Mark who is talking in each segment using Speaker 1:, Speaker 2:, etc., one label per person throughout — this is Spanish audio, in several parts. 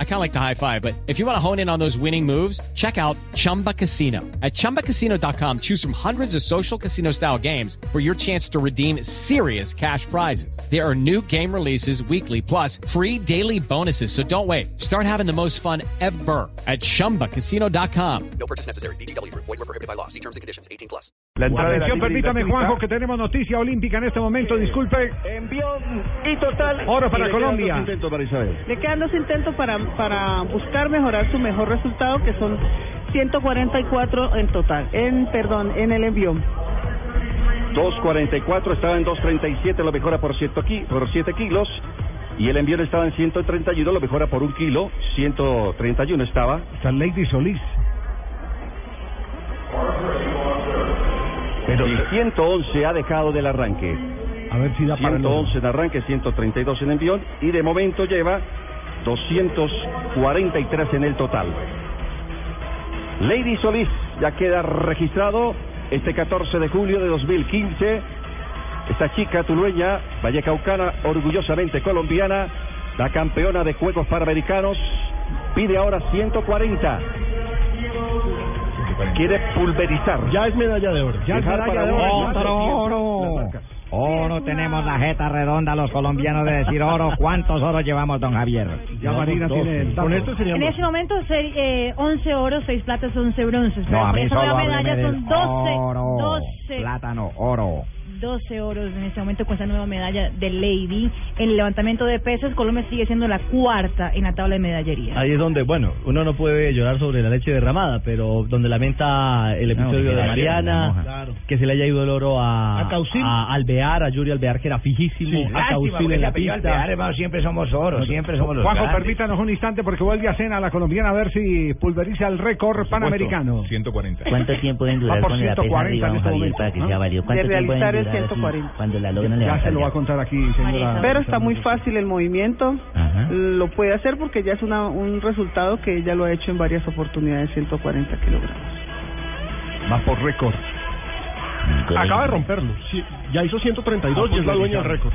Speaker 1: I kind of like the high five, but if you want to hone in on those winning moves, check out Chumba Casino. At chumbacasino.com, choose from hundreds of social casino style games for your chance to redeem serious cash prizes. There are new game releases weekly, plus free daily bonuses. So don't wait. Start having the most fun ever at chumbacasino.com.
Speaker 2: No purchase necessary. BGW. Void were prohibited by law. See terms and conditions. 18 plus.
Speaker 3: La entrada de la Liga
Speaker 4: Atención, permítame,
Speaker 3: Intercontinental.
Speaker 4: Juanjo, que tenemos noticia olímpica en este momento. Disculpe.
Speaker 3: Envío y total.
Speaker 4: Oro
Speaker 3: Y le
Speaker 4: para
Speaker 3: quedan
Speaker 4: Colombia.
Speaker 3: dos intentos para Isabel.
Speaker 5: Le quedan dos intentos para, para buscar mejorar su mejor resultado, que son 144 en total, en perdón, en el envío.
Speaker 3: 2.44, estaba en 2.37, lo mejora por 7 ki- por siete kilos. Y el envío estaba en 131, lo mejora por un kilo. 131 estaba.
Speaker 4: San Lady Solís. Pero,
Speaker 3: Y 111 ha dejado del arranque.
Speaker 4: a ver si da para el otro.
Speaker 3: 111 en arranque, 132 en envión. Y de momento lleva 243 en el total. Lady Solís ya queda registrado este 14 de julio de 2015. Esta chica tulueña, vallecaucana, orgullosamente colombiana, la campeona de Juegos Panamericanos, pide ahora 140. Quiere pulverizar.
Speaker 4: Ya es medalla de oro. Ya es
Speaker 3: Dejar
Speaker 4: medalla
Speaker 3: para
Speaker 4: de
Speaker 3: uno
Speaker 4: oro.
Speaker 3: el
Speaker 4: Otro
Speaker 3: tiempo. Las marcas.
Speaker 6: Oro, Oh, tenemos la jeta redonda los colombianos de decir oro. ¿Cuántos oros llevamos, don Javier?
Speaker 4: Ya Marina tiene el Con esto
Speaker 7: En ese momento, se- eh, 11 oros, 6 platas, 11 bronces.
Speaker 6: No,
Speaker 7: Pero
Speaker 6: a
Speaker 7: por
Speaker 6: mí
Speaker 7: eso la
Speaker 6: solo
Speaker 7: medalla
Speaker 6: hábleme del
Speaker 7: son 12,
Speaker 6: oro.
Speaker 7: 12,
Speaker 6: Plátano, oro.
Speaker 7: 12 oros en este momento con esta nueva medalla de Lady. En el levantamiento de pesas, Colombia sigue siendo la cuarta en la tabla de medallería.
Speaker 8: Ahí es donde, bueno, uno no puede llorar sobre la leche derramada, pero donde lamenta el
Speaker 6: No,
Speaker 8: episodio
Speaker 6: que
Speaker 8: de
Speaker 6: la
Speaker 8: Mariana,
Speaker 6: pierna,
Speaker 8: que se le haya ido el oro a,
Speaker 4: A Causil.
Speaker 8: a Alvear, a Yuri Alvear, que era fijísimo, a Causil en la pista.
Speaker 6: siempre somos oro, siempre somos los
Speaker 4: Juanjo, permítanos un instante porque vuelve a cena la colombiana a ver si pulveriza el récord panamericano.
Speaker 9: 140.
Speaker 6: ¿Cuánto tiempo deben
Speaker 4: durar Va por con la pesa 140 arriba, en don este Javier, momento, para que ¿no? sea
Speaker 6: válido?
Speaker 5: ¿Cuánto De tiempo deben realizar el durar así 140.
Speaker 6: cuando la
Speaker 4: Ya se lo va a contar aquí, señora.
Speaker 5: Pero está muy fácil el movimiento.
Speaker 4: ¿Eh?
Speaker 6: Ajá.
Speaker 5: Lo puede hacer porque ya es una, un resultado que ella lo ha hecho en varias oportunidades, 140 kilogramos.
Speaker 4: Va por récord.
Speaker 3: Acaba de romperlo.
Speaker 4: Ya hizo 132
Speaker 3: y es la dueña del
Speaker 4: récord.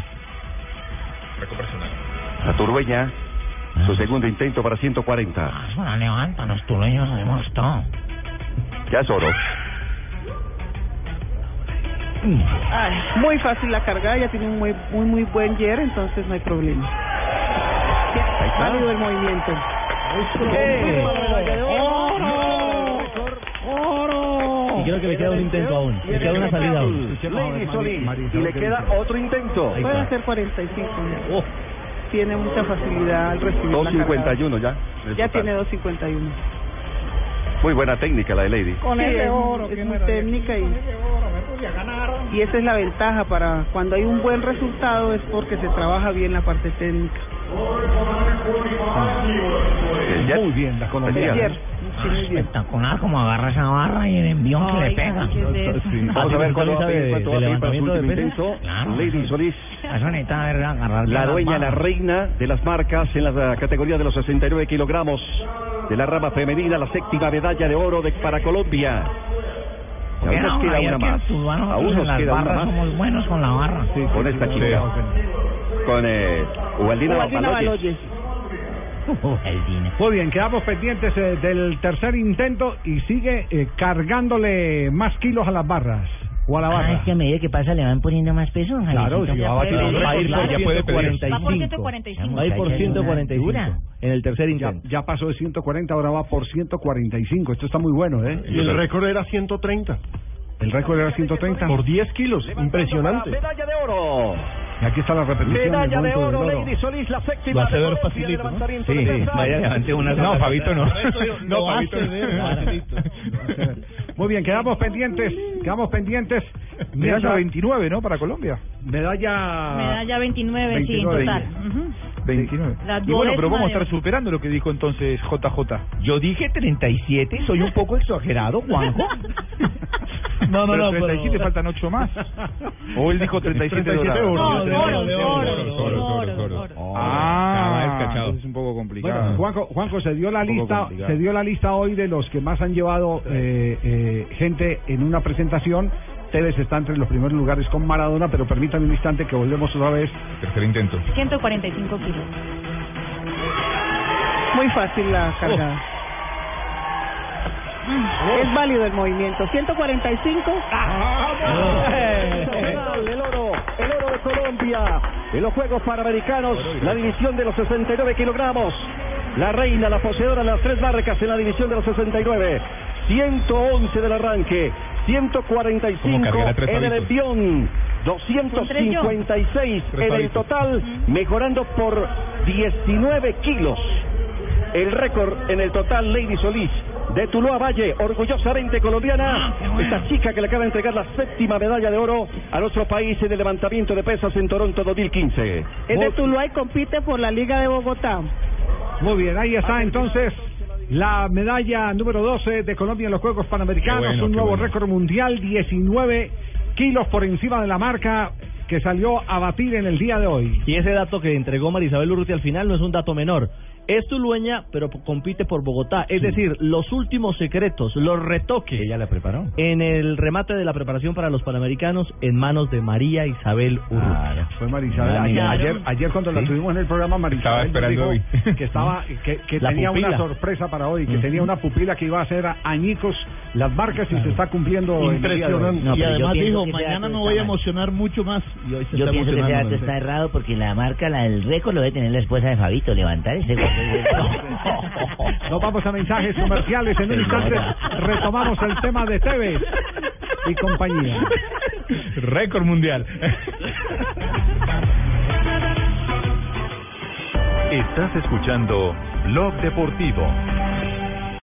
Speaker 3: La turbeña, su segundo intento para 140.
Speaker 6: Pues Bueno, levántanos, tuleños, hemos estado.
Speaker 3: Ya es oro.
Speaker 5: Muy fácil la carga, ella tiene un muy, muy, muy buen yer, entonces no hay problema. Válido el movimiento.
Speaker 4: ¡Eh!
Speaker 8: Y creo que le queda un intento aún, le queda una salida aún.
Speaker 3: Lady Solís. Y le queda otro intento.
Speaker 5: Puede hacer 45. ¿no?
Speaker 8: Oh.
Speaker 5: Tiene mucha facilidad al recibir la carga.
Speaker 3: 251 ya. en
Speaker 5: Ya
Speaker 3: total.
Speaker 5: tiene 251.
Speaker 3: Muy buena técnica la de Lady.
Speaker 5: Con ese oro, es muy técnica y, y esa es la ventaja para cuando hay un buen resultado es porque se trabaja bien la parte técnica.
Speaker 3: El jet.
Speaker 4: Muy bien,
Speaker 3: Bien.
Speaker 4: la
Speaker 5: El
Speaker 4: colombiana.
Speaker 5: yer, sí, muy bien.
Speaker 6: Espectacular como agarra esa barra y el envión que le pega.
Speaker 3: Vamos a ver cuánto va a
Speaker 8: Sabe
Speaker 3: pedir,
Speaker 8: de-
Speaker 3: cuánto
Speaker 8: de
Speaker 3: va a pedir para su
Speaker 8: levantamiento de
Speaker 3: último
Speaker 8: pesas.
Speaker 3: intento.
Speaker 6: Claro.
Speaker 3: Lady Solís.
Speaker 6: Eso necesita ver agarrar bien
Speaker 3: La
Speaker 6: las
Speaker 3: dueña, la
Speaker 6: barras.
Speaker 3: reina de las marcas en la categoría de los 69 kilogramos de la rama femenina, la séptima medalla de oro de, para Colombia. Y Aún
Speaker 6: Mira,
Speaker 3: nos queda
Speaker 6: Javier,
Speaker 3: una
Speaker 6: que
Speaker 3: más.
Speaker 6: tú, a nosotros
Speaker 3: Aún
Speaker 6: en
Speaker 3: nos
Speaker 6: las
Speaker 3: queda
Speaker 6: barras
Speaker 3: una más
Speaker 6: somos buenos con la barra.
Speaker 3: con esta chica. Con eh, Ubaldina
Speaker 5: Ubaldina
Speaker 3: Baloyes.
Speaker 5: Baloyes.
Speaker 6: El dinero.
Speaker 4: Muy bien, quedamos pendientes eh, del tercer intento y sigue eh, cargándole más kilos a las barras. O a la barra.
Speaker 6: Ah, es que a medida que pasa le van poniendo más peso. don
Speaker 4: Claro,
Speaker 6: Javiercito.
Speaker 4: si va a batir un
Speaker 6: Claro,
Speaker 4: récord,
Speaker 6: claro.
Speaker 9: ya puede pedir.
Speaker 7: Va
Speaker 8: 145.
Speaker 7: por 145.
Speaker 8: Va a ir por
Speaker 6: Muchacha, es una
Speaker 8: 145
Speaker 6: dura.
Speaker 8: en el tercer
Speaker 4: Ya,
Speaker 8: intento.
Speaker 4: ya pasó de 140, ahora va por 145. Esto está muy bueno, ¿eh?
Speaker 9: Y el
Speaker 4: récord era 130. El récord era 130. Por 10 kilos.
Speaker 3: Medalla de oro.
Speaker 4: Y aquí está la repetición.
Speaker 3: Medalla
Speaker 4: del
Speaker 3: de
Speaker 4: momento
Speaker 3: oro,
Speaker 4: del
Speaker 3: Lady Solís, la
Speaker 8: Lo
Speaker 3: séptima.
Speaker 8: hace
Speaker 3: de
Speaker 8: ver
Speaker 3: Colombia de
Speaker 8: facilito, ¿no?
Speaker 3: levantamiento
Speaker 8: Sí,
Speaker 3: de pesas.
Speaker 8: vaya, levante una sola.
Speaker 9: No, Fabito
Speaker 4: Muy bien, quedamos pendientes. Quedamos pendientes. Medalla 29, ¿no? Para Colombia. Medalla.
Speaker 7: Medalla 29, sí, en
Speaker 4: 29.
Speaker 7: total. Ujú.
Speaker 4: 29.
Speaker 7: La duodécima de-
Speaker 4: superando lo que dijo entonces JJ.
Speaker 6: Yo dije 37, soy un poco exagerado, Juanjo.
Speaker 8: No, no, no, pero-
Speaker 10: 37 faltan 8 más. O él dijo 37,
Speaker 8: 37
Speaker 10: dorados.
Speaker 8: euros. No,
Speaker 10: Ah,
Speaker 8: oros, oros,
Speaker 10: oros, oros.
Speaker 4: Ah,
Speaker 10: Ah,
Speaker 4: cachado.
Speaker 10: entonces es un poco complicado.
Speaker 4: Bueno, Juanco, Juanco, se dio la
Speaker 10: Un poco
Speaker 4: lista,
Speaker 10: complicado.
Speaker 4: se dio la lista hoy de los que más han llevado eh, eh, gente en una presentación. Tevez está entre los primeros lugares con Maradona, pero permítame un instante que volvemos otra vez.
Speaker 10: Tercer intento.
Speaker 7: 145 kilos.
Speaker 5: Muy fácil la cargada. Es válido el movimiento. 145.
Speaker 3: El oro, el oro de Colombia en los Juegos Panamericanos, la división de los 69 kilogramos. La reina, la poseedora de las tres marcas en la división de los 69. 111 del arranque, 145
Speaker 10: Como cargará tres
Speaker 3: en el
Speaker 10: palitos.
Speaker 3: envión,
Speaker 7: Son tres yo.
Speaker 3: 256
Speaker 10: Tres
Speaker 3: en el
Speaker 10: palitos.
Speaker 3: total, mejorando por 19 kilos. El récord en el total, Lady Solís, de Tuluá Valle, orgullosamente
Speaker 10: Ah,
Speaker 3: colombiana. Esta chica que le acaba de entregar la séptima medalla de oro a nuestro país en el levantamiento de pesas en Toronto 2015.
Speaker 5: Es de
Speaker 3: Muy-
Speaker 5: Tuluá y compite por la Liga de Bogotá.
Speaker 4: Muy bien, ahí está entonces la medalla número 12 de Colombia en los Juegos Panamericanos,
Speaker 10: Qué bueno,
Speaker 4: un
Speaker 10: qué
Speaker 4: nuevo
Speaker 10: bueno.
Speaker 4: récord mundial, 19 kilos por encima de la marca que salió a batir en el día de hoy.
Speaker 8: Y ese dato que entregó Marisabel Urruti al final no es un dato menor. Es tulueña, pero p- compite por Bogotá. Es decir, los últimos secretos, los retoques. Ella la preparó. En el remate de la preparación para los Panamericanos en manos de María Isabel Urruti.
Speaker 4: Ah, Fue Marisabel.
Speaker 8: Dani.
Speaker 4: Ayer,
Speaker 8: Claro.
Speaker 4: ayer, ayer cuando la
Speaker 8: Sí.
Speaker 4: tuvimos en el programa, Marisabel
Speaker 10: Estaba esperando
Speaker 4: nos dijo
Speaker 10: hoy. Mm.
Speaker 4: que estaba que, que
Speaker 8: La
Speaker 4: tenía una
Speaker 8: pupila.
Speaker 4: sorpresa para hoy, que tenía una pupila que iba a ser añicos las marcas y se está cumpliendo. en el día de hoy.
Speaker 9: Impresionante.
Speaker 6: No,
Speaker 9: y
Speaker 6: pero yo
Speaker 9: además
Speaker 6: pienso
Speaker 9: dijo,
Speaker 6: que ese
Speaker 9: mañana
Speaker 6: dato
Speaker 9: me
Speaker 6: está
Speaker 9: voy a
Speaker 6: mal".
Speaker 9: emocionar mucho más. Y hoy se
Speaker 6: Yo
Speaker 9: está
Speaker 6: pienso que ese
Speaker 9: emocionando,
Speaker 6: dato está
Speaker 9: ¿no?
Speaker 6: errado porque la marca, la del récord, lo debe tener la esposa de Fabito. Levantar ese
Speaker 4: Nos vamos a mensajes comerciales. En un instante retomamos el tema de Tevez y compañía.
Speaker 10: Récord mundial. Estás escuchando Blog Deportivo.